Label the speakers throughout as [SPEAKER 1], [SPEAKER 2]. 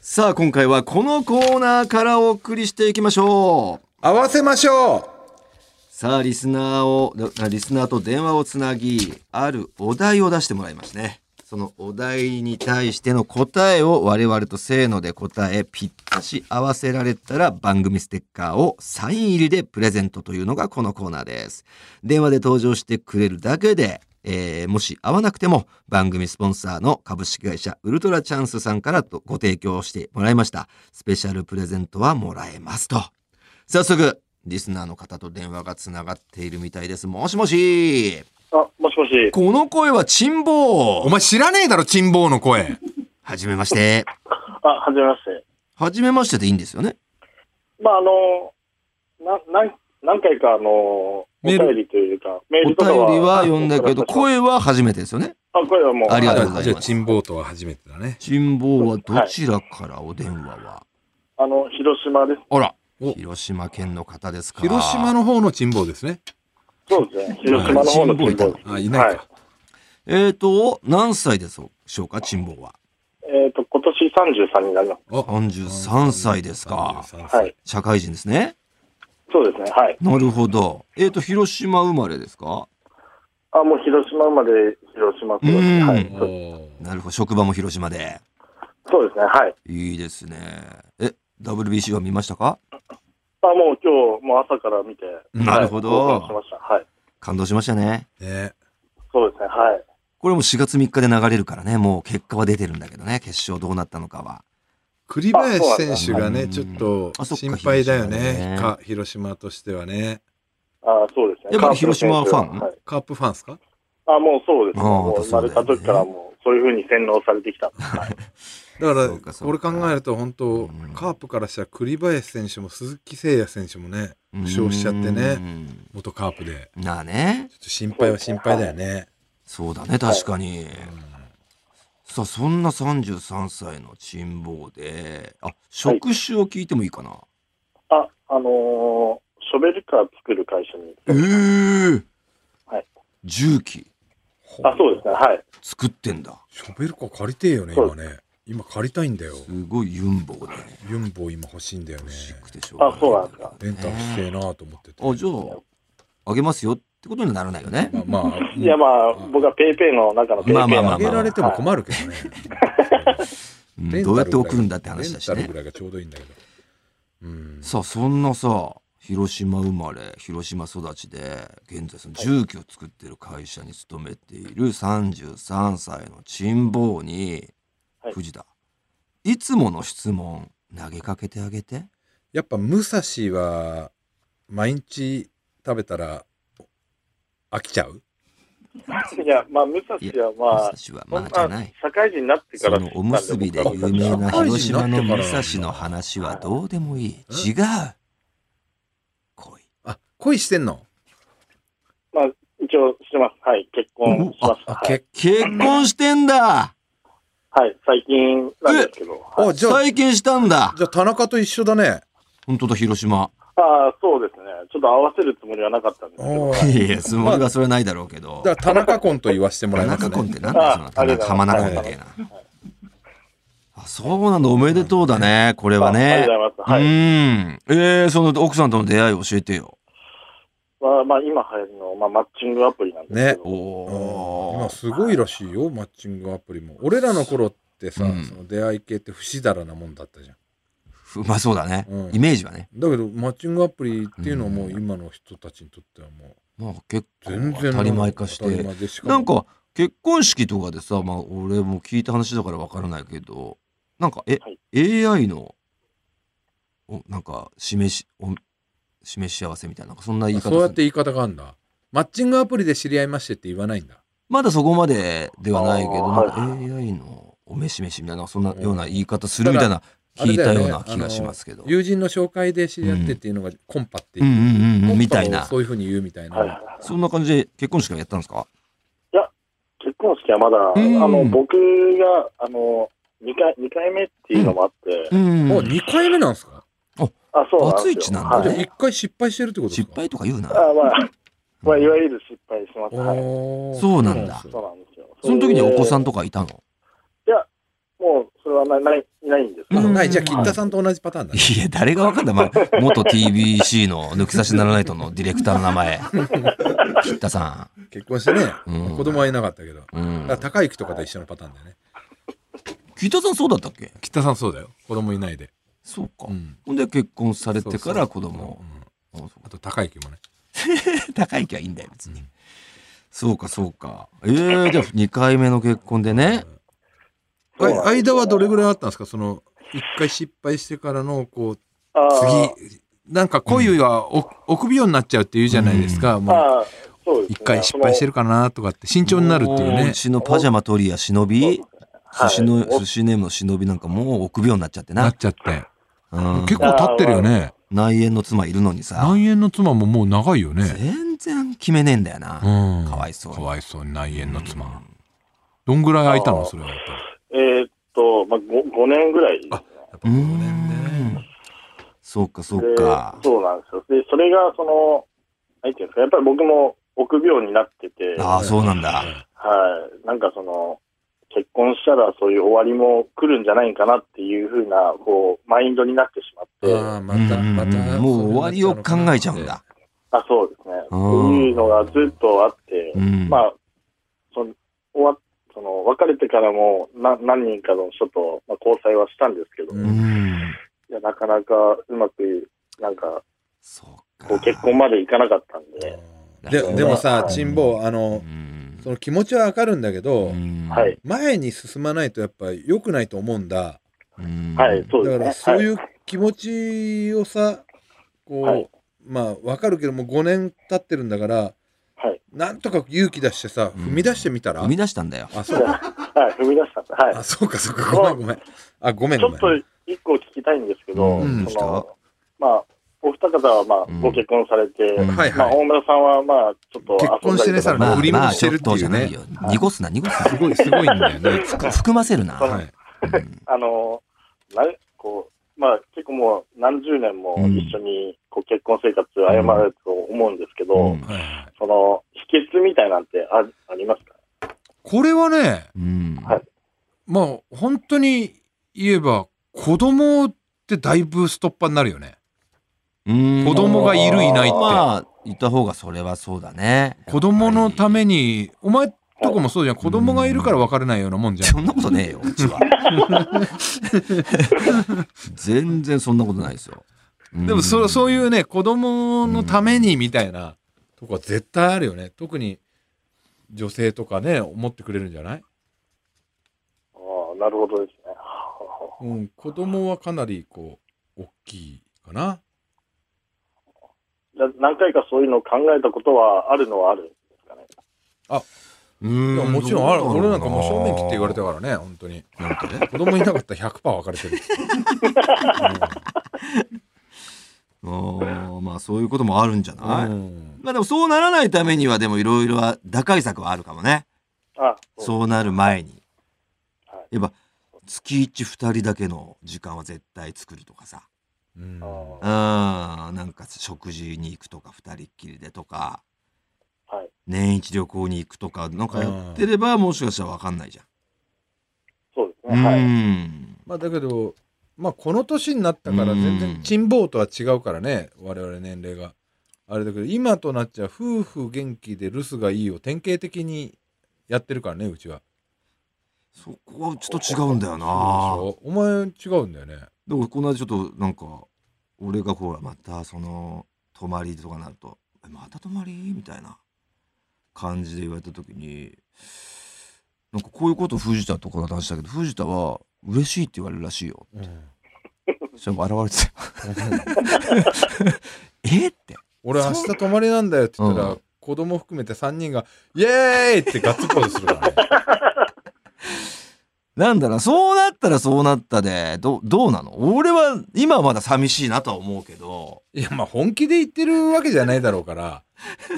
[SPEAKER 1] さあ今回はこのコーナーからお送りしていきましょう
[SPEAKER 2] 合わせましょう
[SPEAKER 1] さあリスナーをリスナーと電話をつなぎあるお題を出してもらいますねそのお題に対しての答えを我々とせーので答えぴったし合わせられたら番組ステッカーをサイン入りでプレゼントというのがこのコーナーです電話で登場してくれるだけでえーもし合わなくても番組スポンサーの株式会社ウルトラチャンスさんからとご提供してもらいましたスペシャルプレゼントはもらえますと早速リスナーの方と電話がつながっているみたいですもしもし
[SPEAKER 3] あ、もしもし。
[SPEAKER 1] この声は珍
[SPEAKER 2] お
[SPEAKER 1] 坊
[SPEAKER 2] 前知らねえだろ、チンボーの声。
[SPEAKER 1] はじめまして
[SPEAKER 3] あ、はじめまして。
[SPEAKER 1] はじめましてでいいんですよね
[SPEAKER 3] まあ、あの、な、なん、何回か、あの、お
[SPEAKER 2] メール
[SPEAKER 3] 便りというか、メー
[SPEAKER 1] お便
[SPEAKER 3] ルとかは。
[SPEAKER 1] りは読んだけど声は初めてですよね
[SPEAKER 3] あ、声はもう。
[SPEAKER 1] ありがとうございます
[SPEAKER 2] じゃあ、チンボーとは初めてだね。
[SPEAKER 1] 珍坊はどちらからお電話は、
[SPEAKER 3] あの、広島です。
[SPEAKER 1] あら
[SPEAKER 2] お
[SPEAKER 1] 広島県の方ですか
[SPEAKER 2] 広島の方のチンボーですね。
[SPEAKER 3] そうですね。広島の方の
[SPEAKER 1] はい
[SPEAKER 3] 地方です
[SPEAKER 2] あ、いないか。
[SPEAKER 1] えーと何歳でしょうか珍坊は
[SPEAKER 3] はい。えっ、と、今年三十三になります。
[SPEAKER 2] あ
[SPEAKER 1] 33歳ですか
[SPEAKER 2] 33歳
[SPEAKER 3] はい。
[SPEAKER 1] 社会人ですね
[SPEAKER 3] そうですね。はい。
[SPEAKER 1] なるほどえーと広島生まれですか
[SPEAKER 3] あ、もう広島まで広島育ち
[SPEAKER 1] うん
[SPEAKER 3] はい。
[SPEAKER 2] お
[SPEAKER 3] そう
[SPEAKER 2] ー
[SPEAKER 1] なるほど職場も広島で
[SPEAKER 3] そうですね。はい。
[SPEAKER 1] いいですねえ WBC は見ましたか
[SPEAKER 3] あ、もう今日、もう朝から見て。
[SPEAKER 1] なるほど
[SPEAKER 3] はい興奮しました。はい。
[SPEAKER 1] 感動しましたね
[SPEAKER 2] ね
[SPEAKER 3] そうですね。はい。
[SPEAKER 1] これも4月3日で流れるからね、もう結果は出てるんだけどね、決勝どうなったのかは。
[SPEAKER 2] 栗林選手が
[SPEAKER 1] う
[SPEAKER 2] ね、
[SPEAKER 1] ん
[SPEAKER 2] ちょっと
[SPEAKER 1] あそっか
[SPEAKER 2] 心配だよ
[SPEAKER 1] 広島
[SPEAKER 2] ね。
[SPEAKER 1] ね
[SPEAKER 2] か、広島としてはね。
[SPEAKER 3] あ、そうですね。
[SPEAKER 1] やっぱり広島ファン
[SPEAKER 3] カープの選手はい
[SPEAKER 2] カープファンですか
[SPEAKER 3] あ、もうそうですね。
[SPEAKER 1] あー
[SPEAKER 3] もう
[SPEAKER 1] そうだよ
[SPEAKER 3] 生ま
[SPEAKER 1] ね
[SPEAKER 3] れた時からもう、そういうふうに洗脳されてきた。
[SPEAKER 1] そ
[SPEAKER 2] だか、
[SPEAKER 1] うからそう
[SPEAKER 2] こ
[SPEAKER 1] か
[SPEAKER 2] れ考えると、本当
[SPEAKER 1] うん
[SPEAKER 2] カープからしたら栗林選手も鈴木誠也選手もね、負傷しちゃって
[SPEAKER 1] う
[SPEAKER 2] ね、
[SPEAKER 1] ん。
[SPEAKER 2] 元カープで。
[SPEAKER 1] なあね
[SPEAKER 2] ち。ょっと心配は心配だよね。
[SPEAKER 1] そうだね、確かに。さあ、そんな33歳の珍坊で、あ、職種を聞いてもいいかな。
[SPEAKER 3] あ、あのーショベルカー作る会社に。
[SPEAKER 1] ええー。
[SPEAKER 3] はい。
[SPEAKER 1] 重機
[SPEAKER 3] あ、そうですね。はい。
[SPEAKER 1] 作ってんだ。
[SPEAKER 2] ショベルカー借りてえよね、今ね。今借りたいんだよ。
[SPEAKER 1] すごいユンボで、ね。
[SPEAKER 2] ユンボ今欲しいんだよね。
[SPEAKER 1] シックでしょがい
[SPEAKER 3] あそうなんですか
[SPEAKER 2] レンタルしてえなと思ってて。
[SPEAKER 1] あ、じゃあ、あげますよってことにはならないよね。
[SPEAKER 2] まあまあ、
[SPEAKER 3] いや、まあ、僕はペイペイの中のペイペイなんで
[SPEAKER 1] まあまあまあ
[SPEAKER 2] あげられても困るけどね。
[SPEAKER 1] うん
[SPEAKER 2] レンタルぐらい
[SPEAKER 1] どうやって送るんだって話だし
[SPEAKER 2] レンタ
[SPEAKER 1] ね
[SPEAKER 2] ル。ぐらいがちょうどいいんだけど。うん。
[SPEAKER 1] さあそんなさ広島生まれ広島育ちで現在その重機を作ってる会社に勤めている33歳の珍坊に、
[SPEAKER 3] はい
[SPEAKER 1] 藤田いつもの質問投げかけてあげ て
[SPEAKER 2] やっぱ武蔵は毎日食べたら飽きちゃう
[SPEAKER 3] いや、まあ、武蔵
[SPEAKER 1] いや
[SPEAKER 3] は
[SPEAKER 1] 武蔵は
[SPEAKER 3] まあ、
[SPEAKER 1] まあじゃない
[SPEAKER 3] 社会人になって
[SPEAKER 1] そ
[SPEAKER 3] から
[SPEAKER 1] のおむすびで有名な
[SPEAKER 2] 社会
[SPEAKER 1] 広
[SPEAKER 2] 人に
[SPEAKER 1] 島
[SPEAKER 2] なって
[SPEAKER 1] の
[SPEAKER 2] か
[SPEAKER 1] 武
[SPEAKER 2] ら
[SPEAKER 1] 蔵の話はどうでもいい
[SPEAKER 2] え
[SPEAKER 1] 違う恋
[SPEAKER 2] あ、恋してんの
[SPEAKER 3] まあ、一応してます。はい。結婚しました。
[SPEAKER 2] あ、
[SPEAKER 3] はい、
[SPEAKER 2] 結
[SPEAKER 1] 結婚してんだ
[SPEAKER 3] はい。最近なんですけど。はい
[SPEAKER 2] 構。あ、じゃあ、
[SPEAKER 1] 最近したんだ
[SPEAKER 2] じゃあ田中と一緒だね。
[SPEAKER 1] 本当だ広島
[SPEAKER 3] ああ、そうですね。ちょっと合わせるつもりはなかったんです
[SPEAKER 2] あ
[SPEAKER 3] けど。
[SPEAKER 2] ー
[SPEAKER 1] いやいやそれはそれはないだろうけど
[SPEAKER 2] だから田中婚と言わせてもら
[SPEAKER 1] 田
[SPEAKER 2] います
[SPEAKER 1] 中
[SPEAKER 2] ね。
[SPEAKER 1] コンってなんだよその
[SPEAKER 3] あ
[SPEAKER 1] 田
[SPEAKER 3] ありが
[SPEAKER 1] 中
[SPEAKER 3] とう
[SPEAKER 1] 浜中コンみたいな。あそうなんだおめでとうだねこれは
[SPEAKER 3] ああり
[SPEAKER 1] ね
[SPEAKER 3] が。と
[SPEAKER 1] う
[SPEAKER 3] うございます。はい。
[SPEAKER 1] んえー、その奥さんとの出会いを教えてよ。
[SPEAKER 3] まあ、まあ、今流行りの、まあ、マッチングアプリなんですけど。
[SPEAKER 1] お
[SPEAKER 2] う
[SPEAKER 1] お
[SPEAKER 2] ん今。すごいらしいよマッチングアプリも俺らの頃ってさ、
[SPEAKER 1] うん
[SPEAKER 2] その出会い系って不死だらなもんだったじゃん
[SPEAKER 1] ふまあそうだね、
[SPEAKER 2] うん
[SPEAKER 1] イメージはね。
[SPEAKER 2] だけどマッチングアプリっていうのはもう今の人たちにとってはも
[SPEAKER 1] まあ結
[SPEAKER 2] う全
[SPEAKER 1] 構
[SPEAKER 2] 然
[SPEAKER 1] 当たり前化し
[SPEAKER 2] 当たり
[SPEAKER 1] て。
[SPEAKER 2] 前でしも
[SPEAKER 1] なんか結婚式とかでさまあ俺も聞いた話だからわからないけどなんかえ、
[SPEAKER 3] は
[SPEAKER 1] AI のおなんか示しお示し合わせみたいななんかそんな言い
[SPEAKER 2] あ
[SPEAKER 1] 方
[SPEAKER 2] そうやっ
[SPEAKER 1] す
[SPEAKER 2] て
[SPEAKER 1] る
[SPEAKER 2] 言い方があるんだマッチングアプリで知り合いましてって言わないんだ
[SPEAKER 1] まだそこまでではないけど、
[SPEAKER 3] あー
[SPEAKER 1] なんか AI のおめしめしみたいな、そんなような言い方するみたいな、
[SPEAKER 2] あれ
[SPEAKER 1] 聞い
[SPEAKER 2] だ
[SPEAKER 1] た
[SPEAKER 2] ね
[SPEAKER 1] ような気がしますけど。
[SPEAKER 2] あの友人の紹介で知り合ってっていうのがコンパってい
[SPEAKER 1] うんうんうんうん
[SPEAKER 2] コンパを
[SPEAKER 1] みたいな
[SPEAKER 2] そういうふうに言うみたいな、
[SPEAKER 3] はいはいはい。
[SPEAKER 1] そんな感じで結婚式はやったんですか
[SPEAKER 3] 結婚式はまだ、
[SPEAKER 1] うん
[SPEAKER 3] あの、僕が、あの、2回、二回目っていうのもあって、
[SPEAKER 1] うん
[SPEAKER 2] もう2回目なんですか、
[SPEAKER 3] あ、そうなん
[SPEAKER 1] バツイ
[SPEAKER 3] です
[SPEAKER 1] チ
[SPEAKER 3] よ。
[SPEAKER 1] なんだ
[SPEAKER 2] じゃあ
[SPEAKER 1] ね
[SPEAKER 2] 1回失敗してるってことです
[SPEAKER 1] 失
[SPEAKER 2] か
[SPEAKER 1] 敗とか言うな。
[SPEAKER 3] はい。あまあ、 まあ、いわゆる失敗しました。はい
[SPEAKER 2] おー
[SPEAKER 1] そうなんだ
[SPEAKER 3] そうなんですよ。
[SPEAKER 1] その時にはお子さ
[SPEAKER 3] ん
[SPEAKER 1] んとかいたの
[SPEAKER 3] もう、それはなないないんです
[SPEAKER 2] あ
[SPEAKER 3] か、
[SPEAKER 1] うん
[SPEAKER 2] ない。じゃあ、吉田さんと同じパターンだね。
[SPEAKER 1] いや、誰がわかんない。 まあ、元 TBC の抜き差しならないとのディレクターの名 前。吉田さ
[SPEAKER 2] 結婚してね、
[SPEAKER 1] うん
[SPEAKER 2] 子供はいなかったけど。だか
[SPEAKER 1] ん。うん
[SPEAKER 2] ら。高行とかと一緒のパターンだよね。
[SPEAKER 1] 吉田さんそうだったっけ
[SPEAKER 2] 吉田さんそうだよ。子供いないで。
[SPEAKER 1] そうか
[SPEAKER 2] う。ん。
[SPEAKER 1] ほんで結婚されてか
[SPEAKER 2] そ
[SPEAKER 1] ら
[SPEAKER 2] う
[SPEAKER 1] 子
[SPEAKER 2] そう
[SPEAKER 1] 供を
[SPEAKER 2] うん
[SPEAKER 1] あそう
[SPEAKER 2] あと高行もね。
[SPEAKER 1] 高い気はいいんだよ、別に。
[SPEAKER 2] うん
[SPEAKER 1] そうか、そうか。ええじゃあ2回目の結婚でね。
[SPEAKER 2] あ
[SPEAKER 3] そう
[SPEAKER 2] い間はどれぐらいあったんですかその、一回失敗してからの、こう、
[SPEAKER 3] あー
[SPEAKER 2] 次、なんか恋はお臆病になっちゃうって言うじゃないですか。もう、
[SPEAKER 3] あーそうですね
[SPEAKER 2] 一回失敗して
[SPEAKER 3] る
[SPEAKER 2] るかなとかって、慎重になるっていう
[SPEAKER 1] もう
[SPEAKER 2] ね
[SPEAKER 1] う。ちのパジャマ取りや忍び、
[SPEAKER 3] はい
[SPEAKER 1] 寿司の、寿司ネームの忍びなんかもう臆病になっちゃって
[SPEAKER 2] な
[SPEAKER 1] な
[SPEAKER 2] っ。ちゃって。
[SPEAKER 1] うん
[SPEAKER 2] 結。構経ってるよね。
[SPEAKER 1] 内縁の妻いるのにさ、
[SPEAKER 2] 内縁の妻ももう長いよね。
[SPEAKER 1] 全然決めねえんだよな。
[SPEAKER 2] うん。
[SPEAKER 1] かわいそうに
[SPEAKER 2] かわいそうに内縁の妻。どんぐらい空いたのそれはやっぱり。
[SPEAKER 3] えーっと、まあ、5, 五年ぐらいですね
[SPEAKER 2] やっ
[SPEAKER 1] う
[SPEAKER 2] ぱ
[SPEAKER 1] ー
[SPEAKER 2] 5
[SPEAKER 1] ん
[SPEAKER 2] 年ね。
[SPEAKER 1] そうか、そう
[SPEAKER 3] で
[SPEAKER 1] か。
[SPEAKER 3] そうなんですよ。で、それが、その、なんていうんですか、やっぱり僕も臆病になってて、
[SPEAKER 1] ああ、そうなんだ。
[SPEAKER 3] はい。なんかその、結婚したらそういう終わりも来るんじゃないかなっていうふうな、こう、マインドになってしまって、
[SPEAKER 2] ああ、ま
[SPEAKER 1] うん
[SPEAKER 2] た、ま
[SPEAKER 1] うんう
[SPEAKER 2] た。
[SPEAKER 1] んもう終わりを考えちゃうんだ。。
[SPEAKER 3] あ、そうですね。って
[SPEAKER 1] あー
[SPEAKER 3] いうのがずっとあって、
[SPEAKER 1] うん。
[SPEAKER 3] まあ、その、終わその、別れてからも、な、何人かの人と、まあ、交際はしたんですけど、
[SPEAKER 2] う
[SPEAKER 1] うん
[SPEAKER 3] い
[SPEAKER 1] ん。
[SPEAKER 3] や、なかなかうまく、なんか、
[SPEAKER 1] そう
[SPEAKER 3] こ
[SPEAKER 1] か。
[SPEAKER 3] う、結婚までいかなかったんで、
[SPEAKER 2] ででもさ、
[SPEAKER 3] うん
[SPEAKER 2] チンボ、あの、
[SPEAKER 1] うん
[SPEAKER 2] その気持ちはわかるんだけど、
[SPEAKER 1] うん
[SPEAKER 3] はい。
[SPEAKER 2] 前に進まないとやっぱ良くないと思うんだ。
[SPEAKER 1] うん
[SPEAKER 3] はい、そうで
[SPEAKER 2] だ
[SPEAKER 3] す
[SPEAKER 2] からそ
[SPEAKER 3] ね。、
[SPEAKER 2] ういうう気持ちをさ、こう、
[SPEAKER 3] はい
[SPEAKER 2] まあわかるけども5年経ってるんだから、
[SPEAKER 3] はい。
[SPEAKER 2] なんとか勇気出してさ、
[SPEAKER 1] うん
[SPEAKER 2] 踏み出してみたら、
[SPEAKER 1] 生み出したんだよ。
[SPEAKER 2] あ、そうか。
[SPEAKER 3] はい、踏み出したんで、はい。
[SPEAKER 2] あ、そうか、そうか。ごめん、ごめん。あ、ごめん、
[SPEAKER 3] ち
[SPEAKER 2] ご
[SPEAKER 3] ょ
[SPEAKER 2] め
[SPEAKER 3] っ
[SPEAKER 2] ん。
[SPEAKER 3] と一個聞きたいんですけど、
[SPEAKER 1] うん
[SPEAKER 2] どう
[SPEAKER 1] し
[SPEAKER 3] そ
[SPEAKER 1] た
[SPEAKER 3] のまあ、お二方は、まあ
[SPEAKER 1] うん
[SPEAKER 3] ご結婚されて、
[SPEAKER 1] うん
[SPEAKER 2] はい
[SPEAKER 3] まあ、
[SPEAKER 2] はい。
[SPEAKER 3] 大村さんは、まあ、ちょっと
[SPEAKER 2] 結婚してね
[SPEAKER 3] 遊
[SPEAKER 1] ま
[SPEAKER 3] んだ
[SPEAKER 2] さら
[SPEAKER 1] あ
[SPEAKER 2] に売り
[SPEAKER 1] ま
[SPEAKER 2] 物
[SPEAKER 1] あ、
[SPEAKER 2] し
[SPEAKER 1] ち
[SPEAKER 2] て
[SPEAKER 1] ょっ
[SPEAKER 2] るっていうね
[SPEAKER 1] とじゃないよ。濁すな、濁す
[SPEAKER 2] すごい、すごいんだよね。
[SPEAKER 1] な。含ませるな。
[SPEAKER 2] はい。
[SPEAKER 1] うん
[SPEAKER 3] あの、なこう、まあ、結構もう何十年も
[SPEAKER 1] うん
[SPEAKER 3] 一緒にこう結婚生活を歩まれると思うんですけど、
[SPEAKER 1] うん
[SPEAKER 2] はいはい
[SPEAKER 3] その、秘訣みたいなんてあありますか
[SPEAKER 2] これはね、
[SPEAKER 1] うん。
[SPEAKER 3] はい
[SPEAKER 2] まあ、本当に言えば、子供ってだいぶストッパーになるよね。
[SPEAKER 1] うん
[SPEAKER 2] 子供がいる、いないっ
[SPEAKER 1] まあ、いた方がそれはそうだね。
[SPEAKER 2] て。子供のために、お前とかもそうじゃん。子供がいるから別れないようなもんじゃ
[SPEAKER 1] そ
[SPEAKER 2] ん。
[SPEAKER 1] んなことねえよ、うちは。全然そんなことないですよ。
[SPEAKER 2] でもそ、そういううね、子供のためにみたいなとこは絶対あるよね。特に女性とかね、思ってくれるんじゃない
[SPEAKER 3] ああなるほどですね。
[SPEAKER 2] うん、子供はかなりこう、大きいかな。
[SPEAKER 3] じゃあ何回かそういうのを考えたことはあるのはあるんですかね。
[SPEAKER 1] ん、
[SPEAKER 2] もちろんある。
[SPEAKER 1] どうだろう
[SPEAKER 2] 俺なんかもう正面切って言われたからね、本当に。
[SPEAKER 1] なんて
[SPEAKER 2] 子供いなかったら100%分かれ てる。
[SPEAKER 1] あーまあ、そういうこともあるんじゃ
[SPEAKER 2] うん
[SPEAKER 1] ない、
[SPEAKER 2] うん
[SPEAKER 1] まあでもそうならないためにはでもいろいろは打開策はあるかもね。
[SPEAKER 3] あう
[SPEAKER 1] そうなる前に
[SPEAKER 3] は。
[SPEAKER 1] やっぱ月一二人だけの時間は絶対作るとかさ。
[SPEAKER 2] うん
[SPEAKER 3] あ
[SPEAKER 1] うん、なんか食事に行くとか二人っきりでとか、
[SPEAKER 3] はい
[SPEAKER 1] 年一旅行に行くとかなんかやってればもしかしたらわかんないじ
[SPEAKER 3] そうです
[SPEAKER 1] ゃん。
[SPEAKER 3] ね。はい。
[SPEAKER 1] うん。
[SPEAKER 2] まあだけど、まあこの年になったから全然珍望とは違うからね、我々年齢が。あれだけど、今となっちゃ夫婦元気で留守がいいを典型的にやってるからね、うちは。
[SPEAKER 1] そこはちょっと違うんだよな。
[SPEAKER 2] そうでしょお前違うんだよね。
[SPEAKER 1] でもこの間ちょっとなんか俺がほらまたその泊まりとかなると「えまた泊まり?」みたいな感じで言われた時になんかこういうことを藤田とこの話したけど藤田は嬉しいって言われるらしいよ。そしたら笑われてたよえって。
[SPEAKER 2] 俺明日泊まりなんだよって言ったら、
[SPEAKER 1] うん
[SPEAKER 2] 子供含めて3人が「イエーイ!」ってガッツポーズするからね。
[SPEAKER 1] なんだろうそうなったらそうなったでどどうなの俺は今はまだ寂しいなとは思うけど
[SPEAKER 2] いやまあ本気で言ってるわけじゃないだろうから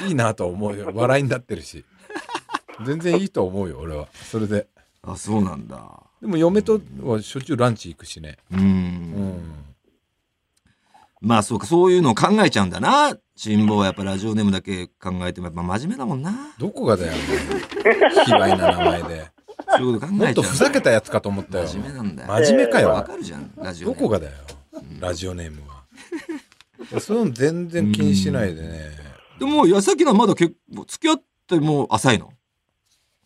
[SPEAKER 2] いいなとは思うよ笑いになってるし全然いいと思うよ俺はそれで
[SPEAKER 1] あそうなんだ
[SPEAKER 2] でも嫁とはしょっちゅうランチ行くしねう
[SPEAKER 1] うん
[SPEAKER 2] ん
[SPEAKER 1] まあそうか、そういうのを考えちゃうんだな。辛抱はやっぱラジオネームだけ考えてもやっぱ真面目だもんな。
[SPEAKER 2] どこがだよお前卑猥な名前で
[SPEAKER 1] そういうこと考えちゃう。
[SPEAKER 2] もっとふざけたやつかと思ったよ。
[SPEAKER 1] 真面目なんだよ。
[SPEAKER 2] 真面目か
[SPEAKER 1] わ
[SPEAKER 2] よ。
[SPEAKER 1] かるじゃん、ラジオ
[SPEAKER 2] ど
[SPEAKER 1] ね。
[SPEAKER 2] こがだよ、ラジオネームは。そういうの全然気にしないでね。
[SPEAKER 1] でも、矢崎はまだ結構、付き合ってもう浅いの。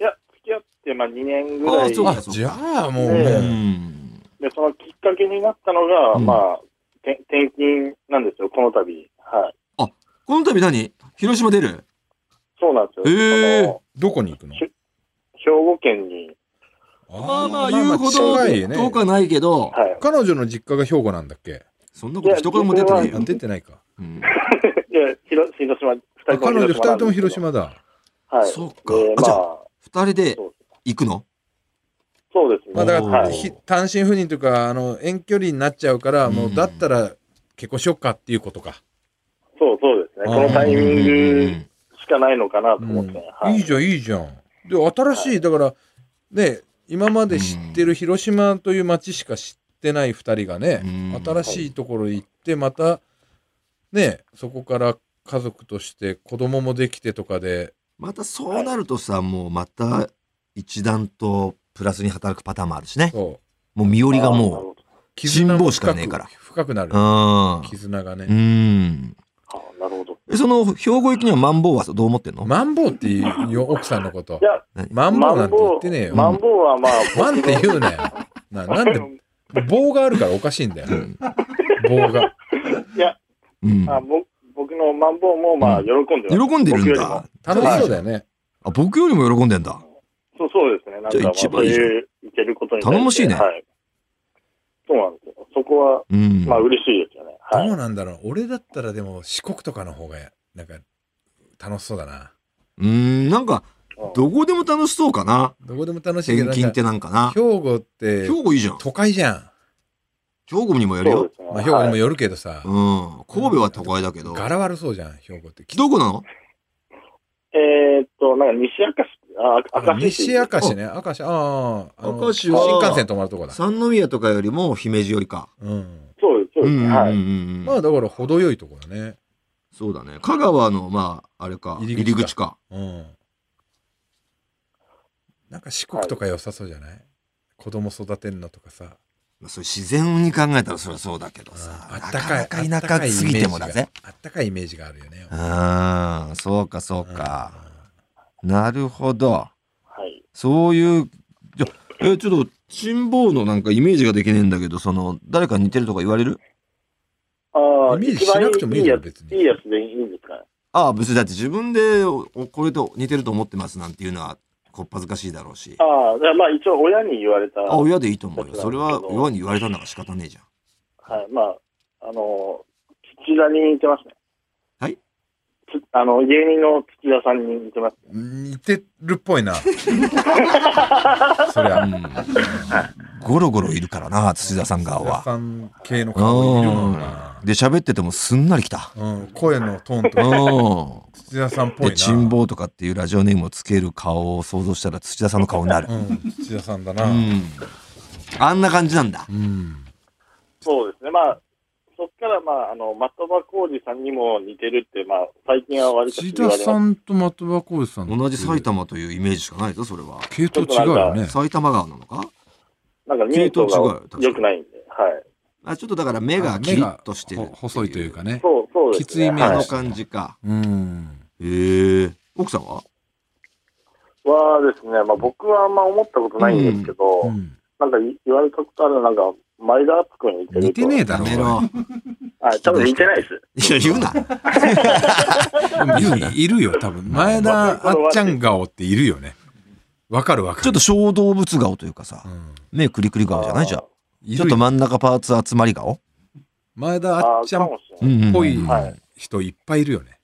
[SPEAKER 3] いや、付き合って、まあ、2年ぐら
[SPEAKER 1] あ
[SPEAKER 3] い
[SPEAKER 1] ーそうか
[SPEAKER 2] あ、じゃあもう
[SPEAKER 1] う
[SPEAKER 2] ね、
[SPEAKER 1] ん。
[SPEAKER 3] で、そのきっかけになったのが、
[SPEAKER 1] うん
[SPEAKER 3] まあ、て転勤なんですよ、この度。はい。
[SPEAKER 1] この度何広島出る
[SPEAKER 3] そうなんですよ。
[SPEAKER 1] へー
[SPEAKER 3] その
[SPEAKER 2] どこに行くの
[SPEAKER 3] 兵庫県に、
[SPEAKER 1] まあまあ
[SPEAKER 2] ー
[SPEAKER 1] 言うほど
[SPEAKER 2] 近いね
[SPEAKER 1] 遠くはないけど、
[SPEAKER 3] はい。
[SPEAKER 2] 彼女の実家が兵庫なんだっけ
[SPEAKER 1] そんなこと一言も出てない
[SPEAKER 2] あ
[SPEAKER 1] よ。
[SPEAKER 2] 出てないか。
[SPEAKER 1] うん
[SPEAKER 3] いや、広広島、
[SPEAKER 2] あ
[SPEAKER 3] 二人と
[SPEAKER 2] 彼
[SPEAKER 3] も
[SPEAKER 2] 女二
[SPEAKER 3] 広島な
[SPEAKER 2] 人
[SPEAKER 3] んですけど。
[SPEAKER 2] とも広島だ。
[SPEAKER 3] はい。
[SPEAKER 1] そうか
[SPEAKER 3] で
[SPEAKER 1] あ
[SPEAKER 3] ま
[SPEAKER 1] じゃ
[SPEAKER 3] あ、
[SPEAKER 1] 二人で
[SPEAKER 3] そうです
[SPEAKER 1] 行くの
[SPEAKER 3] そうですね。
[SPEAKER 2] まあだか
[SPEAKER 3] は
[SPEAKER 2] ら
[SPEAKER 3] い。
[SPEAKER 2] ひ単身赴任というかあの遠距離になっちゃうからも
[SPEAKER 1] う
[SPEAKER 2] うんだったら結婚しよっかっていうことか。
[SPEAKER 3] そうそうですね。こ
[SPEAKER 2] あ
[SPEAKER 3] の
[SPEAKER 2] ー
[SPEAKER 3] タイミング
[SPEAKER 1] うん
[SPEAKER 3] しかないのかなと
[SPEAKER 2] う
[SPEAKER 3] 思っ
[SPEAKER 2] ん
[SPEAKER 3] て。はい
[SPEAKER 2] いいじゃんいいじゃん。で新しいだからね今まで知ってる広島という町しか知ってない二人がね
[SPEAKER 1] うん
[SPEAKER 2] 新しいところへ行ってまたねそこから家族として子供もできてとかで
[SPEAKER 1] またそうなるとさ、もうまた一段とプラスに働くパターンもあるしね。
[SPEAKER 2] そう
[SPEAKER 1] もう身寄りがも
[SPEAKER 3] う。
[SPEAKER 1] 辛抱しかねえ
[SPEAKER 2] 深く
[SPEAKER 1] から
[SPEAKER 2] 深くなる
[SPEAKER 1] う。うん。
[SPEAKER 2] 絆がね。
[SPEAKER 1] うん。
[SPEAKER 3] あーなるほど。
[SPEAKER 1] えその兵庫行きにはマンボウはどう思ってんの
[SPEAKER 2] マンボウっていうよ奥さんのこと
[SPEAKER 3] い。や、
[SPEAKER 2] マンボウなんて言ってねえよ。
[SPEAKER 3] マンボウはまあ、
[SPEAKER 2] マンって言うな よ。ななんで、棒があるからおかしいんだよ
[SPEAKER 1] う。ん。
[SPEAKER 2] 棒が。
[SPEAKER 3] いや、
[SPEAKER 1] うん
[SPEAKER 3] あぼ僕のマンボウもまあ、喜んでます
[SPEAKER 1] 喜んでる
[SPEAKER 3] 僕
[SPEAKER 1] ん
[SPEAKER 3] よりも
[SPEAKER 1] だ。
[SPEAKER 2] 楽しそうだよね。
[SPEAKER 1] あ、僕よりも喜んでんだ。
[SPEAKER 3] そうそうですね。なんか、
[SPEAKER 1] じゃ
[SPEAKER 3] ま
[SPEAKER 1] あ
[SPEAKER 3] あ、
[SPEAKER 1] 一
[SPEAKER 3] そ
[SPEAKER 1] 番
[SPEAKER 3] う
[SPEAKER 1] いいじゃん
[SPEAKER 3] いう、いけることに対して。
[SPEAKER 1] 頼もしいね
[SPEAKER 3] はい。そうなんですよ。そこは、
[SPEAKER 1] うん。
[SPEAKER 3] まあ、嬉しいですよね。
[SPEAKER 2] ど
[SPEAKER 3] は
[SPEAKER 2] う
[SPEAKER 3] い。
[SPEAKER 2] なんだろう。俺だったらでも四国とかの方が、なんか、楽しそうだな。
[SPEAKER 1] うん、なんか、どこでも楽しそうかな。
[SPEAKER 2] どこでも楽しいけ
[SPEAKER 1] 転
[SPEAKER 2] ど、
[SPEAKER 1] 勤って
[SPEAKER 2] なん
[SPEAKER 1] なんかな
[SPEAKER 2] か兵。庫って
[SPEAKER 1] 兵庫いいじゃん。
[SPEAKER 2] 都会じゃん。
[SPEAKER 1] 兵庫にもやる
[SPEAKER 3] そう
[SPEAKER 1] よ
[SPEAKER 3] で。すね。
[SPEAKER 2] まあ、兵庫にも
[SPEAKER 3] はい
[SPEAKER 2] よるけどさ
[SPEAKER 1] う、ん。神戸は都会だけど。
[SPEAKER 2] 柄悪そうじゃん、兵庫って。
[SPEAKER 1] どこなの
[SPEAKER 3] えーっと、なんか、西明石、あ、
[SPEAKER 2] あ
[SPEAKER 3] 明石市。
[SPEAKER 2] 西明石ね。明石、ああ。あの
[SPEAKER 1] 明石は
[SPEAKER 2] 新幹線止まるとこだ。
[SPEAKER 1] 三宮とかよりも姫路よりか。
[SPEAKER 2] うん。
[SPEAKER 3] そうです、そう
[SPEAKER 1] う
[SPEAKER 3] です
[SPEAKER 1] んう
[SPEAKER 3] ね。
[SPEAKER 1] ん
[SPEAKER 3] は
[SPEAKER 1] う
[SPEAKER 3] い。
[SPEAKER 1] ん
[SPEAKER 2] ま
[SPEAKER 1] うん。
[SPEAKER 2] あだから程よいとこだね。
[SPEAKER 1] そうだね。香川の、まあ、あれか、
[SPEAKER 2] 入
[SPEAKER 1] 入
[SPEAKER 2] り口か
[SPEAKER 1] り口か。
[SPEAKER 2] うん。なんか四国とか良さそうじゃない、子供育てるのとかさ。
[SPEAKER 1] まあ、それ自然に考えたらそりゃそうだけどさ。
[SPEAKER 2] あったかい。
[SPEAKER 1] なかなか田舎すぎてもだぜ。
[SPEAKER 2] あったかいイメージがあるよね。
[SPEAKER 1] うん、そうかそうか。なるほど。
[SPEAKER 3] はい。
[SPEAKER 1] そういう、じゃ、え、ちょっと、辛抱のなんかイメージができねえんだけど、その、誰かに似てるとか言われる
[SPEAKER 3] ああ、
[SPEAKER 2] イメージ
[SPEAKER 3] 一番
[SPEAKER 2] しなくてもいい
[SPEAKER 3] いい
[SPEAKER 2] よ
[SPEAKER 3] や
[SPEAKER 2] 別に
[SPEAKER 3] つ、いいやつでいいんですかね。
[SPEAKER 1] ああ、別にだって自分で、おこれと似てると思ってますなんていうのは、こっぱずかしいだろうし。
[SPEAKER 3] ああ、だからまあ、一応親に言われた。
[SPEAKER 1] あ、親でいいと思うよ。
[SPEAKER 3] そう
[SPEAKER 1] それは親に言われたんだから仕方ねえじゃん。
[SPEAKER 3] はい、まあ、あの、土田に似てますね。
[SPEAKER 1] はい
[SPEAKER 3] つあの、芸人の土田さんに似てます。
[SPEAKER 2] うん似てるっぽ いな。そりゃ。
[SPEAKER 1] ゴロゴロいるからな、土田さん側
[SPEAKER 2] おば
[SPEAKER 1] は。
[SPEAKER 2] さん系の顔いるもんな
[SPEAKER 1] うん。。で、喋っててもすんなりきた。
[SPEAKER 2] うん、声のトーンと
[SPEAKER 1] う
[SPEAKER 2] か
[SPEAKER 1] ん。
[SPEAKER 2] 土田さんっぽい
[SPEAKER 1] で、
[SPEAKER 2] な。
[SPEAKER 1] 珍宝とかっていうラジオネームをつける顔を想像したら土田さんの顔になる
[SPEAKER 2] う。ん、土田さんだ
[SPEAKER 1] う
[SPEAKER 2] な。うん。
[SPEAKER 1] ん。あんな感じなんだ。
[SPEAKER 3] そうですね。まあ、そっから、まあ、あの、的場浩二さんにも似てるって、まあ、最近は割と
[SPEAKER 2] 土
[SPEAKER 3] 言
[SPEAKER 2] 田
[SPEAKER 3] われ
[SPEAKER 2] さ
[SPEAKER 3] ます。
[SPEAKER 2] んと的場浩二さんって
[SPEAKER 1] 同じ埼玉というイメージしかないぞ、それは。
[SPEAKER 2] 系統違うよね。
[SPEAKER 1] 埼玉川なのか
[SPEAKER 3] なんか、ミート
[SPEAKER 1] 系統違うよ確か
[SPEAKER 3] が
[SPEAKER 1] に
[SPEAKER 3] 良くないんで。はい。
[SPEAKER 1] あちょっとだから目がキリッとしてる
[SPEAKER 2] ほ細いというかね。
[SPEAKER 3] そう、そうです、ね。
[SPEAKER 2] きつい目
[SPEAKER 1] あ
[SPEAKER 2] の
[SPEAKER 1] の
[SPEAKER 3] はい
[SPEAKER 1] 感じか。
[SPEAKER 2] うん。
[SPEAKER 1] へえ。奥さんは
[SPEAKER 3] はですね、まあ、僕はあんま思ったことないんですけど、
[SPEAKER 2] うん
[SPEAKER 3] なんかい言われたことある、なんか、前田敦子に似てると。
[SPEAKER 2] 似てねえだ
[SPEAKER 1] や
[SPEAKER 2] ろ。
[SPEAKER 1] めろ。
[SPEAKER 3] はい、多分似てないです。
[SPEAKER 1] いや、言うな。
[SPEAKER 2] いるいるよ、多分。前田あっちゃん顔っているよね。わかるわかる。
[SPEAKER 1] ちょっと小動物顔というか
[SPEAKER 2] う
[SPEAKER 1] さ、
[SPEAKER 2] ん
[SPEAKER 1] 目クリクリ顔じゃないじゃん。
[SPEAKER 2] いるよ
[SPEAKER 1] ちょっと真ん中パーツ集まり顔
[SPEAKER 2] 前田あっちゃんっ
[SPEAKER 1] うんうん
[SPEAKER 2] ぽい
[SPEAKER 3] はい
[SPEAKER 2] 人いっぱいいるよね。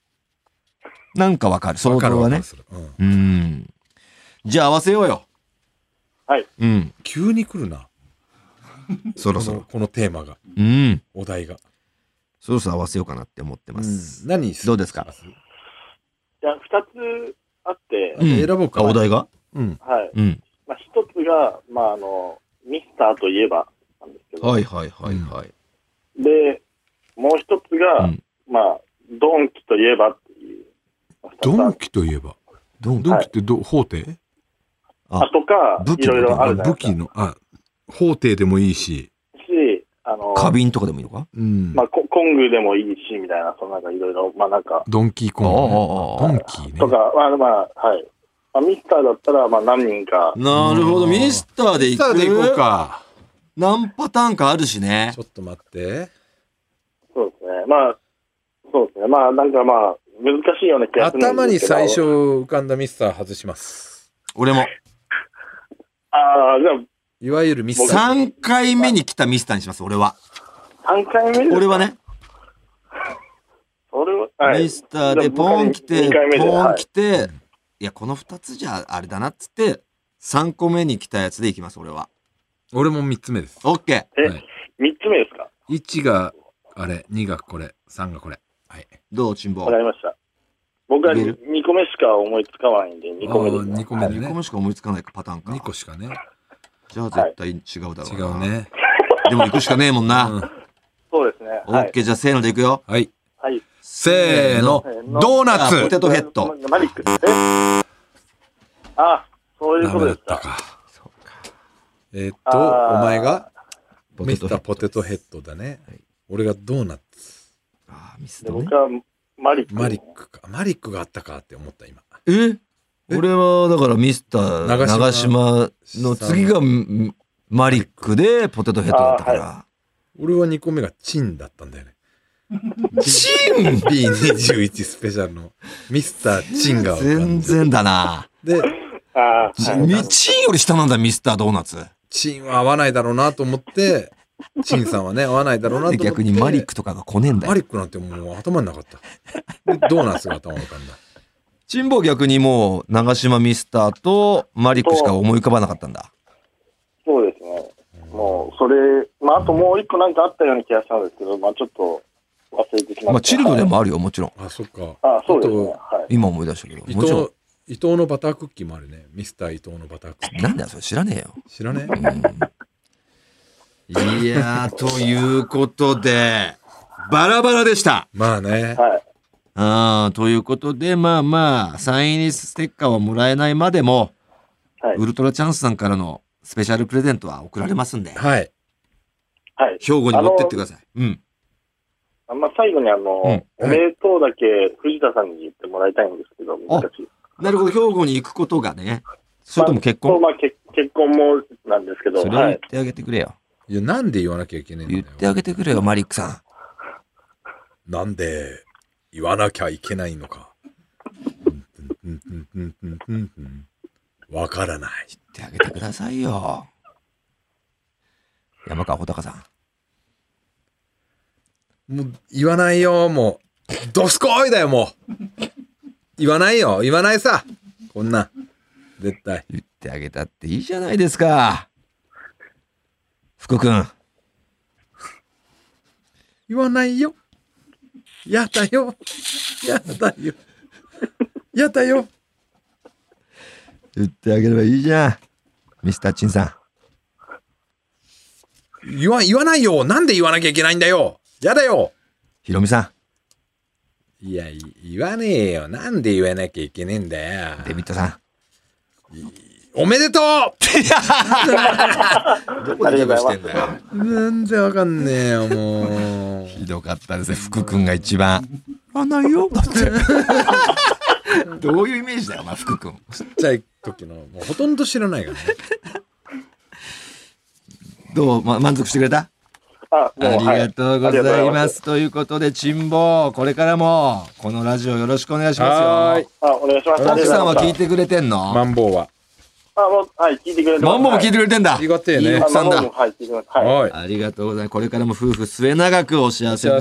[SPEAKER 1] なんかわかる。
[SPEAKER 2] わ
[SPEAKER 1] 想
[SPEAKER 2] かる
[SPEAKER 1] 像
[SPEAKER 2] わ
[SPEAKER 1] は
[SPEAKER 2] かる
[SPEAKER 1] ね。
[SPEAKER 2] それうん
[SPEAKER 1] うん。じゃあ合わせようよ。
[SPEAKER 3] はい。
[SPEAKER 1] うん。
[SPEAKER 2] 急に来るな。
[SPEAKER 1] そろ
[SPEAKER 2] こ
[SPEAKER 1] そ
[SPEAKER 2] の
[SPEAKER 1] ろ。
[SPEAKER 2] このテーマが、
[SPEAKER 1] うん。
[SPEAKER 2] お題が。
[SPEAKER 1] そろそろ合わせようかなって思ってます。
[SPEAKER 2] 何
[SPEAKER 1] どうですか
[SPEAKER 3] いや、二つあって、
[SPEAKER 1] うん
[SPEAKER 2] 選ぼうか。
[SPEAKER 1] あお題が
[SPEAKER 2] うん。
[SPEAKER 3] はい。
[SPEAKER 1] うん。
[SPEAKER 3] まあ、一つが、まあ、あの、ミスターといえばなんですけど、
[SPEAKER 1] はいはいはいはい。
[SPEAKER 3] で、もう一つが、
[SPEAKER 1] うん
[SPEAKER 3] まあ、ドンキといえばっていう。
[SPEAKER 2] ドンキといえば。
[SPEAKER 1] ドン
[SPEAKER 2] ドンキってど、法廷
[SPEAKER 3] あとか、
[SPEAKER 1] 武器
[SPEAKER 3] いろいろあるじゃない
[SPEAKER 2] 武
[SPEAKER 3] ですか
[SPEAKER 2] 器。の、あ、法廷でもいいし、
[SPEAKER 3] し、あの、
[SPEAKER 1] 花瓶とかでもいいのか
[SPEAKER 2] うん。
[SPEAKER 3] まあ、ココングでもいいし、みたいな、そのなんかいろいろ、まあなんか、
[SPEAKER 2] ドンキーコン
[SPEAKER 1] あ
[SPEAKER 2] グ
[SPEAKER 1] あああああ
[SPEAKER 2] ね、ドンキーね。
[SPEAKER 3] とか、まあまあ、はい。まあ、ミスターだったら、まあ何人か、
[SPEAKER 1] なるほど、
[SPEAKER 2] うん
[SPEAKER 1] ミスターで
[SPEAKER 2] ミ
[SPEAKER 1] 行
[SPEAKER 2] スタ
[SPEAKER 1] く
[SPEAKER 2] ーで行こうか。
[SPEAKER 1] 何パターンかあるしね
[SPEAKER 2] ちょ。っと待って。
[SPEAKER 3] そうですね。まあ、そうですね。まあなんかまあ、難しいような気がするんですけど。
[SPEAKER 2] 頭に最初。浮かんだミスター外します。
[SPEAKER 1] 俺も。
[SPEAKER 3] ああ、じゃ
[SPEAKER 2] いわゆるミスター。
[SPEAKER 1] 3回目に来たミスターにします、俺は。
[SPEAKER 3] あ、3回目ですか
[SPEAKER 1] 俺は。ね、
[SPEAKER 3] それは、はい。
[SPEAKER 1] ミスターでポン来て
[SPEAKER 3] 2回、目で、
[SPEAKER 1] ポン
[SPEAKER 3] はい
[SPEAKER 1] 来。て、いや、この2つじゃあれだなっつって、3個目に来たやつでいきます、俺は。
[SPEAKER 2] 俺も3つ目です。
[SPEAKER 1] オッケ
[SPEAKER 3] え、
[SPEAKER 2] はい
[SPEAKER 3] 3つ目ですか
[SPEAKER 2] 1があれ、2がこれ、3がこれ。はい。
[SPEAKER 1] ー。どう、チンボ
[SPEAKER 3] わか。りました。僕はい
[SPEAKER 1] け
[SPEAKER 3] 2
[SPEAKER 1] る
[SPEAKER 3] 個目しか思いつかないんで、2個目で
[SPEAKER 2] あ
[SPEAKER 3] す、
[SPEAKER 2] ー
[SPEAKER 3] ね。
[SPEAKER 2] 二個目で
[SPEAKER 1] 2個
[SPEAKER 2] ね。
[SPEAKER 1] 目しか思いつかないかパターンか。
[SPEAKER 2] 2個しかね。
[SPEAKER 1] じゃあ絶対違うだろ
[SPEAKER 2] 違
[SPEAKER 1] うな。
[SPEAKER 2] う。ね。
[SPEAKER 1] でも行くしかねえもん
[SPEAKER 2] う
[SPEAKER 1] な。
[SPEAKER 2] ん
[SPEAKER 3] そうですね。
[SPEAKER 1] オ
[SPEAKER 3] は
[SPEAKER 1] ッ
[SPEAKER 3] い。
[SPEAKER 1] ケー、じゃあせーので行くよ。
[SPEAKER 2] はい。
[SPEAKER 3] はい。
[SPEAKER 2] せーの
[SPEAKER 3] せー、の
[SPEAKER 2] ドーナ
[SPEAKER 1] あポ
[SPEAKER 2] ツ
[SPEAKER 1] テトヘッド。
[SPEAKER 3] ママリック。えあ、そういう
[SPEAKER 2] ダ
[SPEAKER 3] こ
[SPEAKER 2] メだ
[SPEAKER 3] とで
[SPEAKER 2] っ
[SPEAKER 3] す
[SPEAKER 2] た
[SPEAKER 3] か。
[SPEAKER 2] か。えーっ
[SPEAKER 3] あ
[SPEAKER 2] と、
[SPEAKER 3] ー
[SPEAKER 2] お前が
[SPEAKER 1] ポ
[SPEAKER 2] ミ
[SPEAKER 1] テ
[SPEAKER 2] ス
[SPEAKER 1] ト
[SPEAKER 2] タ
[SPEAKER 1] ヘ
[SPEAKER 2] ー
[SPEAKER 1] ッ
[SPEAKER 2] ポ
[SPEAKER 1] ド。
[SPEAKER 2] テトヘッドだね
[SPEAKER 1] はい。
[SPEAKER 2] 俺がドーナツ。
[SPEAKER 1] あーミス
[SPEAKER 3] で
[SPEAKER 1] だね
[SPEAKER 3] 僕。はマリック。
[SPEAKER 2] マリックか。マリックがあったかって思った今。
[SPEAKER 1] え俺はだからミスター
[SPEAKER 2] 長
[SPEAKER 1] 長
[SPEAKER 2] 島
[SPEAKER 1] 島の次がんマリックでポテトヘッドだったから。
[SPEAKER 2] 俺は2個目がチンだったんだよね。
[SPEAKER 1] チン
[SPEAKER 2] B21 スペシャルのミスターチンが浮か
[SPEAKER 1] 全
[SPEAKER 2] んで。
[SPEAKER 1] 然だな。
[SPEAKER 2] で、
[SPEAKER 3] あーはい
[SPEAKER 1] みチンより下なんだミスタードーナツ。
[SPEAKER 2] チンは合わないだろうなと思って、チンさんはね、合わないだろうなと思って。
[SPEAKER 1] 逆にマリックとかが来ねえんだ
[SPEAKER 2] マ
[SPEAKER 1] よ。
[SPEAKER 2] リックなんてもう頭になかった。でドーナツが頭に浮かんだ。
[SPEAKER 1] チンボ逆にもう長島ミスターとマリックしか思い浮かばなかったんだ。
[SPEAKER 3] そうですね。もう、それ、まあ、あともう一個なんかあったような気がしたんですけど、まあ、ちょっと忘れてしまった。
[SPEAKER 1] まあチルドでもあるよもちろん。
[SPEAKER 2] あ、そっか。
[SPEAKER 3] あ、そうですね。
[SPEAKER 2] と、
[SPEAKER 3] はい。
[SPEAKER 1] 今思い出したけど。
[SPEAKER 2] 伊
[SPEAKER 1] もちろん。、
[SPEAKER 2] 藤伊藤のバタークッキーもあるね。ミスター伊藤のバタークッキー。
[SPEAKER 1] なんだよそれ知らねえよ。
[SPEAKER 2] 知らねえ
[SPEAKER 1] うんいやー、ということで、バラバラでした。
[SPEAKER 2] まあね。
[SPEAKER 3] はい。
[SPEAKER 1] あーということで、まあまあ、サイン入りステッカーはもらえないまでも、
[SPEAKER 3] はい
[SPEAKER 1] ウルトラチャンスさんからのスペシャルプレゼントは送られますんで、
[SPEAKER 2] はい。
[SPEAKER 3] はい。
[SPEAKER 1] 兵庫に持ってってください。うん。
[SPEAKER 3] あまあ、最後にあの、
[SPEAKER 1] うんはい
[SPEAKER 3] おめでとうだけ藤田さんに言ってもらいたいんですけど、難しい。
[SPEAKER 1] なるほど、兵庫に行くことがね、それとも結婚、
[SPEAKER 3] まあ、そうまあ、結結婚もなんですけど、
[SPEAKER 1] それを
[SPEAKER 3] は
[SPEAKER 1] 言っ
[SPEAKER 3] い。
[SPEAKER 1] てあげてくれよ。
[SPEAKER 2] いや、なんで言わなきゃいけないんだ
[SPEAKER 1] 言
[SPEAKER 2] よ
[SPEAKER 1] っ。てあげてくれよ、マリックさん。
[SPEAKER 2] なんで言わなきゃいけないのか。わからない。
[SPEAKER 1] 言ってあげてくださいよ。山川穂高さん。
[SPEAKER 2] もう言わないよ、もう。どすこいだよ、もう。言わないよ、言わないさ。こんなん。絶対。
[SPEAKER 1] 言ってあげたっていいじゃないですか。福君、
[SPEAKER 2] 言わないよ。やだよ。やだよ。やだよ。
[SPEAKER 1] 言ってあげればいいじゃん。ミスターチンさん。
[SPEAKER 2] 言わ、言わないよ。なんで言わなきゃいけないんだよ。やだよ。
[SPEAKER 1] ひろみさ
[SPEAKER 2] いや、い言わねえよ。なんで言わなきゃいけねえんだよ
[SPEAKER 1] ん、。デビットさ
[SPEAKER 2] おめでと
[SPEAKER 1] ん。ど
[SPEAKER 3] こで言おうとしてん
[SPEAKER 1] だよ。
[SPEAKER 2] う全然わかんねえよ、もう。
[SPEAKER 1] ひどかったですね。福君が一番。あないよ。だって。どういうイメージだよ、お前、福君。
[SPEAKER 2] ちっちゃい時の、もうほとんど知らないからね。
[SPEAKER 1] どう、ま、満足してくれた
[SPEAKER 3] あ、
[SPEAKER 1] あ
[SPEAKER 3] もう
[SPEAKER 1] りがとうご
[SPEAKER 3] は
[SPEAKER 1] ざ
[SPEAKER 3] あ
[SPEAKER 1] い
[SPEAKER 3] りがとうござい
[SPEAKER 1] ま。
[SPEAKER 3] ます
[SPEAKER 1] ということで、チンボ、これからも、このラジオよろしくお願いしますよ。
[SPEAKER 2] はーい
[SPEAKER 3] あ、お願いします。
[SPEAKER 1] 奥さんは聞い
[SPEAKER 3] て。
[SPEAKER 1] てくれてんの
[SPEAKER 2] マンボウは。
[SPEAKER 3] あ、もう、はい、聞いてくれてます。
[SPEAKER 1] マンボも聞いてくれてんだ。
[SPEAKER 2] ありがてえね
[SPEAKER 1] いい
[SPEAKER 3] はい
[SPEAKER 1] 奥さん
[SPEAKER 3] あマン
[SPEAKER 1] だ
[SPEAKER 3] ボウ。もはい、聞いてます。はい。
[SPEAKER 2] はい。
[SPEAKER 1] ありがとうございます。これからも夫婦末永くお幸せになっ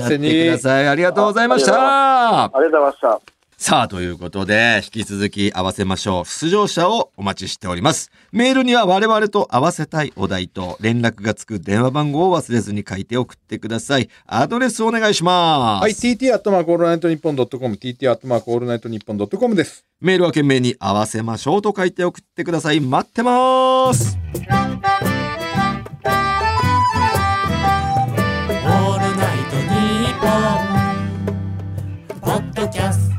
[SPEAKER 1] てくだ
[SPEAKER 2] お幸
[SPEAKER 1] さい。ありがとうございまし
[SPEAKER 3] あ
[SPEAKER 1] た。
[SPEAKER 3] りがとうございました。
[SPEAKER 1] さあ、ということで、引き続き合わせましょう。出場者をお待ちしております。メールには我々と合わせたいお題と連絡がつく電話番号を忘れずに書いて送ってください。アドレスお願いします。
[SPEAKER 2] はい、TT アットマークオールナイトニッポンドットコム、TT アットマークオールナイトニッポンドットコムです。
[SPEAKER 1] メールは懸命に合わせましょうと書いて送ってください。待ってます。
[SPEAKER 4] オールナイトニッポン」ポッドキャスト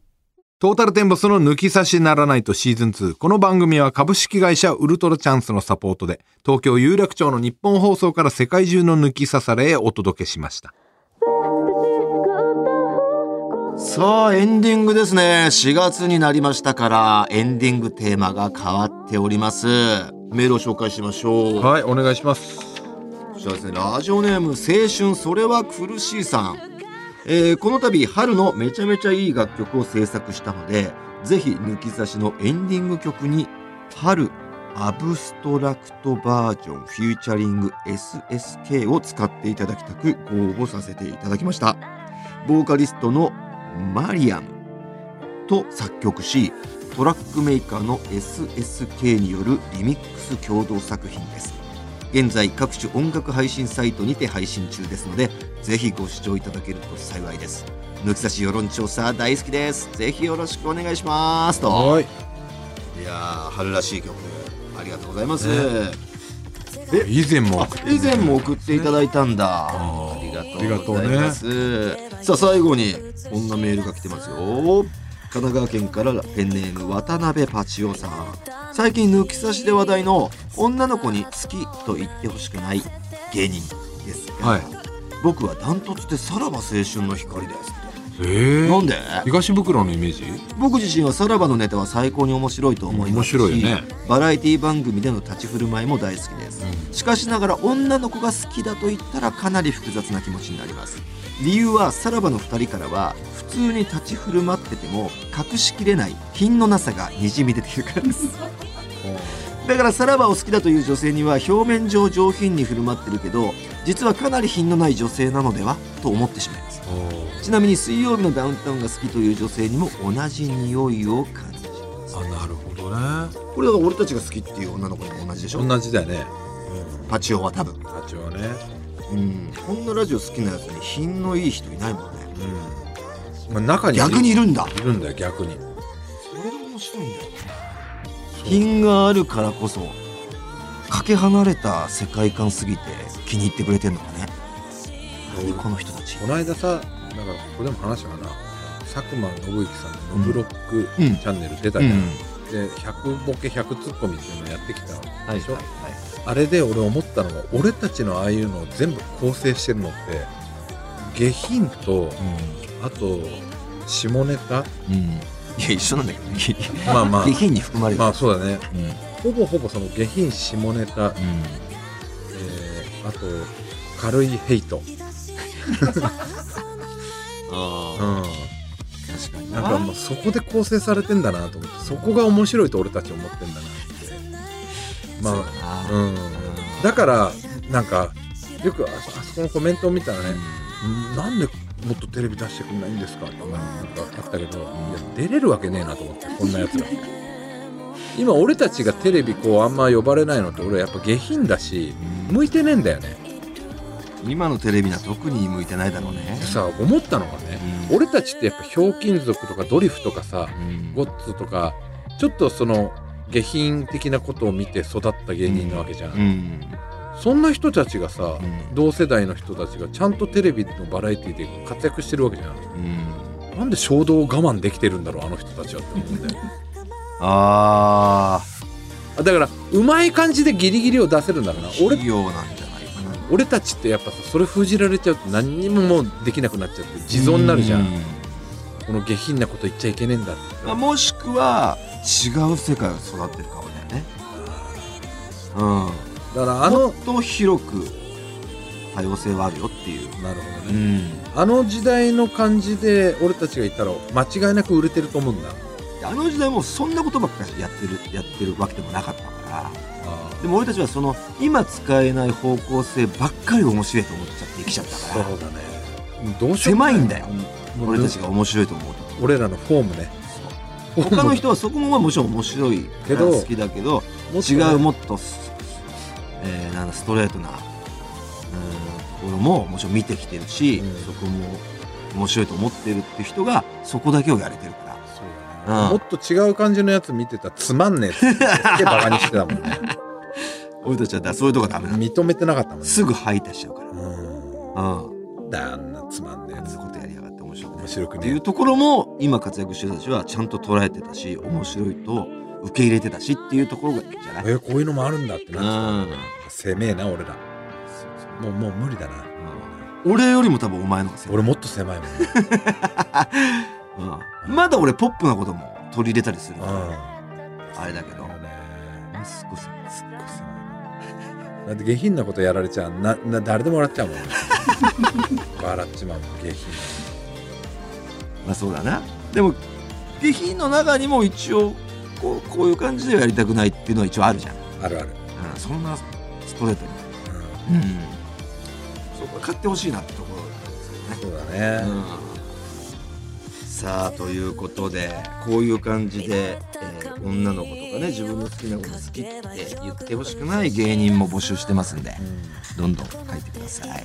[SPEAKER 2] トータルテンボスの抜き差しならないとシーズン2。この番組は株式会社ウルトラチャンスのサポートで、東京有楽町の日本放送から世界中の抜き差されへお届けしました。
[SPEAKER 1] さあエンディングですね4月になりましたからエンディングテーマが変わっておりますメールを紹介しましょう
[SPEAKER 2] はい、お願いします。
[SPEAKER 1] こちらですねラジオネーム青春それは苦しいさん、えーこの度春のめちゃめちゃいい楽曲を制作したのでぜひ抜き差しのエンディング曲に春アブストラクトバージョンフューチャリング SSK を使っていただきたくご応募させていただきましたボーカリストのマリアムと作曲しトラックメーカーの SSK によるリミックス共同作品です現在各種音楽配信サイトにて配信中ですのでぜひご視聴いただけると幸いです抜き差し世論調査大好きですぜひよろしくお願いしますと
[SPEAKER 2] い。
[SPEAKER 1] いやー春らしい曲ありがとうございます、
[SPEAKER 2] ね以前も
[SPEAKER 1] あ以前も送っていただいたんだありがとうございます、さあ最後にこんなメールが来てますよ神奈川県からペンネーム渡辺パチオさん最近抜き差しで話題の女の子に好きと言ってほしくない芸人ですが、
[SPEAKER 2] はい
[SPEAKER 1] 僕はダントツでさらば青春の光です
[SPEAKER 2] えー
[SPEAKER 1] なんで
[SPEAKER 2] 東袋のイメージ
[SPEAKER 1] 僕自身はさらばのネタは最高に面白いと思いますし、
[SPEAKER 2] 面白いよね
[SPEAKER 1] バラエティ番組での立ち振る舞いも大好きです、しかしながら女の子が好きだと言ったらかなり複雑な気持ちになります理由はさらばの2人からは普通に立ち振る舞ってても隠しきれない品のなさがにじみ出てるから ですだからさらばを好きだという女性には表面上上品に振る舞ってるけど実はかなり品のない女性なのではと思ってしまいますちなみに水曜日のダウンタウンが好きという女性にも同じ匂いを感じます
[SPEAKER 2] あなるほどね
[SPEAKER 1] これは俺たちが好きっていう女の子にも同じでしょ
[SPEAKER 2] 同じだよね
[SPEAKER 1] パチオは多分
[SPEAKER 2] 課長はね
[SPEAKER 1] うんこんなラジオ好きなやつに品のいい人いないもんね
[SPEAKER 2] うん、まあ、中に
[SPEAKER 1] 逆にいるんだ
[SPEAKER 2] いるんだよ逆に
[SPEAKER 1] それが面白いんだよ品があるからこそかけ離れた世界観すぎて気に入ってくれてんのかね何この人たち
[SPEAKER 2] この間さだからここでも話したかな佐久間信之さんの「ノブロック
[SPEAKER 1] うん
[SPEAKER 2] チャンネル」出た
[SPEAKER 1] う
[SPEAKER 2] じゃん、
[SPEAKER 1] ん
[SPEAKER 2] で100ボケ100ツッコミっていうのやってきたの
[SPEAKER 1] はい
[SPEAKER 2] でしょあれで俺思ったのは俺たちのああいうのを全部構成してるのって下品とあと下ネタ
[SPEAKER 1] うんうんいや一緒なん だけどね
[SPEAKER 2] まあまあ
[SPEAKER 1] 下品に含まれて
[SPEAKER 2] ま
[SPEAKER 1] る
[SPEAKER 2] あそうだね
[SPEAKER 1] うん
[SPEAKER 2] ほぼほぼその下品下ネ
[SPEAKER 1] う
[SPEAKER 2] タ、
[SPEAKER 1] ん
[SPEAKER 2] えーあと軽いヘイト、
[SPEAKER 1] あ
[SPEAKER 2] う
[SPEAKER 1] あ
[SPEAKER 2] ん、
[SPEAKER 1] 確かに
[SPEAKER 2] なんかもうそこで構成されてんだなと思ってそこが面白いと俺たち思ってんだなってまあ
[SPEAKER 1] あ
[SPEAKER 2] うんだからなんかよくあそあそこのコメントを見たらね、うんなんでもっとテレビ出してくんないんですかとかなんかあったけど、いや出れるわけねえなと思ってこんなやつら今俺たちがテレビこうあんま呼ばれないのって俺やっぱ下品だし向いてねえんだよね
[SPEAKER 1] 今のテレビには特に向いてないだろうね
[SPEAKER 2] でさ思ったのがね、
[SPEAKER 1] うん
[SPEAKER 2] 俺たちってやっぱひょうきん族とかドリフとかさ
[SPEAKER 1] うん
[SPEAKER 2] ゴッツとかちょっとその下品的なことを見て育った芸人なわけじゃん、
[SPEAKER 1] うん
[SPEAKER 2] そんな人たちがさ、
[SPEAKER 1] うん
[SPEAKER 2] 同世代の人たちがちゃんとテレビのバラエティで活躍してるわけじゃん
[SPEAKER 1] うん
[SPEAKER 2] なんで衝動を我慢できてるんだろうあの人たちはって思うんだ よ
[SPEAKER 1] ああ
[SPEAKER 2] あだからうまい感じでギリギリを出せるんだろうな俺
[SPEAKER 1] 企業なんじゃないかな
[SPEAKER 2] 俺たちってやっぱさそれ封じられちゃうと何にももうできなくなっちゃって自存になるじゃん
[SPEAKER 1] う
[SPEAKER 2] この下品なこと言っちゃいけねえんだって
[SPEAKER 1] まあ、もしくは違う世界を育ってるかもだよねうん
[SPEAKER 2] だからあ
[SPEAKER 1] も
[SPEAKER 2] の
[SPEAKER 1] っと広く多様性はあるよっていう
[SPEAKER 2] なるほどね
[SPEAKER 1] ん
[SPEAKER 2] あの時代の感じで俺たちがいたら間違いなく売れてると思うんだ
[SPEAKER 1] あの時代もそんなことばっかりやってるやってるわけでもなかったからでも俺たちはその今使えない方向性ばっかり面白いと思っちゃって生きちゃったから
[SPEAKER 2] そうだねどうしようも
[SPEAKER 1] 狭いんだよ
[SPEAKER 2] もう
[SPEAKER 1] 俺たちが面白いと思うと
[SPEAKER 2] 俺らのフォームね
[SPEAKER 1] そう他の人はそこももちろん面白い
[SPEAKER 2] けど
[SPEAKER 1] 好きだけど違うもっとス,、えーなんだストレートなうんところももちろん見てきてるし、
[SPEAKER 2] うん
[SPEAKER 1] そこも面白いと思ってるって人がそこだけをやれてるから
[SPEAKER 2] そう
[SPEAKER 1] うん
[SPEAKER 2] だね。もっと違う感じのやつ見てたらつまんねえって言ってバカにしてたもんね。
[SPEAKER 1] 俺たちはだそういうとこはダメなの
[SPEAKER 2] 認めてなかったもんね。
[SPEAKER 1] すぐ吐いたしちゃうか
[SPEAKER 2] う
[SPEAKER 1] らうん
[SPEAKER 2] ん。だあんなつまんねえや
[SPEAKER 1] そ
[SPEAKER 2] つ
[SPEAKER 1] ういうことやりやがって面白くない
[SPEAKER 2] 面白く
[SPEAKER 1] って
[SPEAKER 2] ね
[SPEAKER 1] い
[SPEAKER 2] え
[SPEAKER 1] うところも今活躍してる人たちはちゃんと捉えてたし面白いと受け入れてたしっていうところがいいんじゃない
[SPEAKER 2] えこういうのもあるんだってな
[SPEAKER 1] うん
[SPEAKER 2] ってたせめえな俺らもうもう無理だな
[SPEAKER 1] うん俺よりも多分お前の方が強い
[SPEAKER 2] 俺もっと狭いもんね、
[SPEAKER 1] うん、まだ俺ポップなことも取り入れたりする
[SPEAKER 2] うん、
[SPEAKER 1] からあれだけど
[SPEAKER 2] だよね
[SPEAKER 1] 少し
[SPEAKER 2] すっごい狭いだって下品なことやられちゃうなな誰でも笑っちゃうもん 笑っちまうもん下品
[SPEAKER 1] まあそうだなでも下品の中にも一応こうこういう感じではやりたくないっていうのは一応あるじゃん、
[SPEAKER 2] あるある、
[SPEAKER 1] うん、そんなストレートに、
[SPEAKER 2] う
[SPEAKER 1] うん、そこは買ってほしいなってところなんですよね
[SPEAKER 2] ん、そうだね、
[SPEAKER 1] さあということでこういう感じで、えー女の子とかね自分の好きな子が好きって言ってほしくない芸人も募集してますんでどんどん書いてください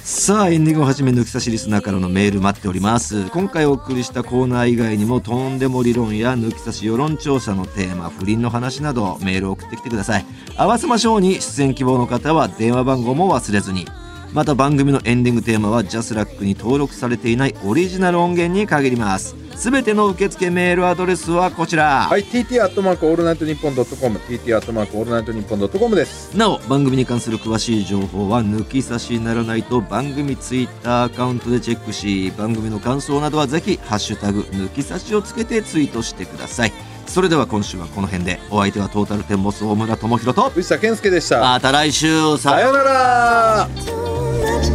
[SPEAKER 1] さあエンディングをはじめ抜き差しリスナーからのメール待っております今回お送りしたコーナー以外にもとんでも理論や抜き差し世論調査のテーマ不倫の話などメールを送ってきてください合わせましょうに出演希望の方は電話番号も忘れずにまた番組のエンディングテーマはジャスラックに登録されていないオリジナル音源に限りますすべての受付メールアドレスはこちら、
[SPEAKER 2] はい TT アットマークオールナイトニッポンドットコム TT アットマークオールナイトニッポンドットコムです
[SPEAKER 1] なお番組に関する詳しい情報は抜き差しにならないと番組ツイッターアカウントでチェックし番組の感想などはぜひ「ハッシュタグ抜き差し」をつけてツイートしてくださいそれでは今週はこの辺でお相手はトータルテンボス大村智広と
[SPEAKER 2] 藤田健介でした
[SPEAKER 1] また来週さ
[SPEAKER 2] さ
[SPEAKER 1] よ
[SPEAKER 2] ようなら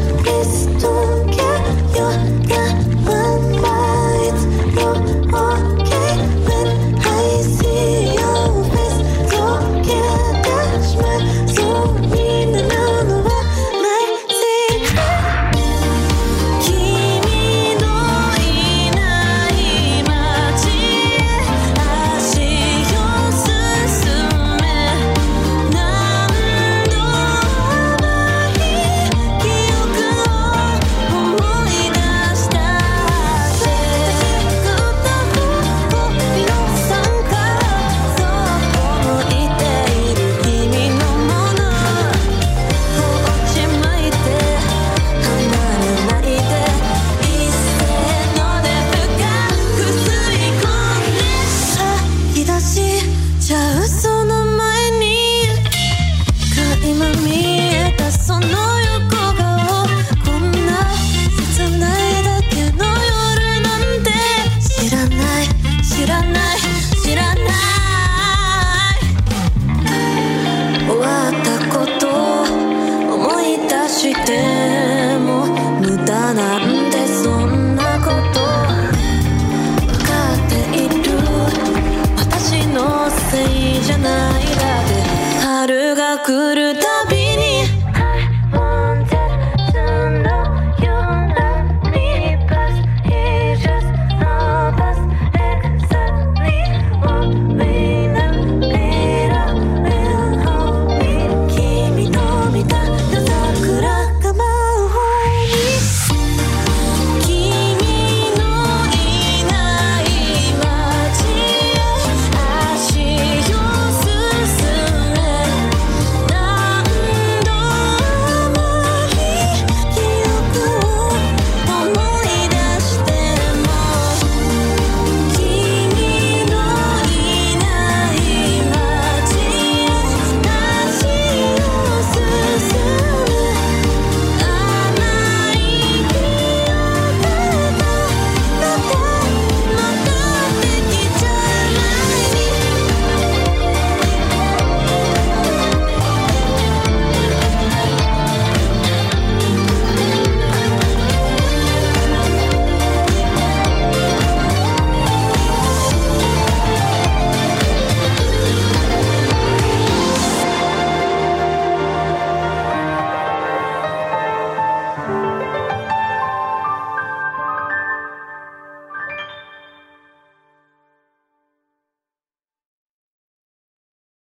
[SPEAKER 5] See you. 「君のいない街へ足を進め」「何度甘い記憶を思い出したって」「ずっと恋の参加そう向いている君のもの」「こっち向いて離れないで」「一斉ので深く吸い込んで」「吐き出しちゃうその前に」「垣間見えたその横顔」「こんな切ないだけの夜なんて」「知らない知らない知らない」終わったこと思い出しても無駄なんてそんなこと分かっている私のせいじゃないだって春が来る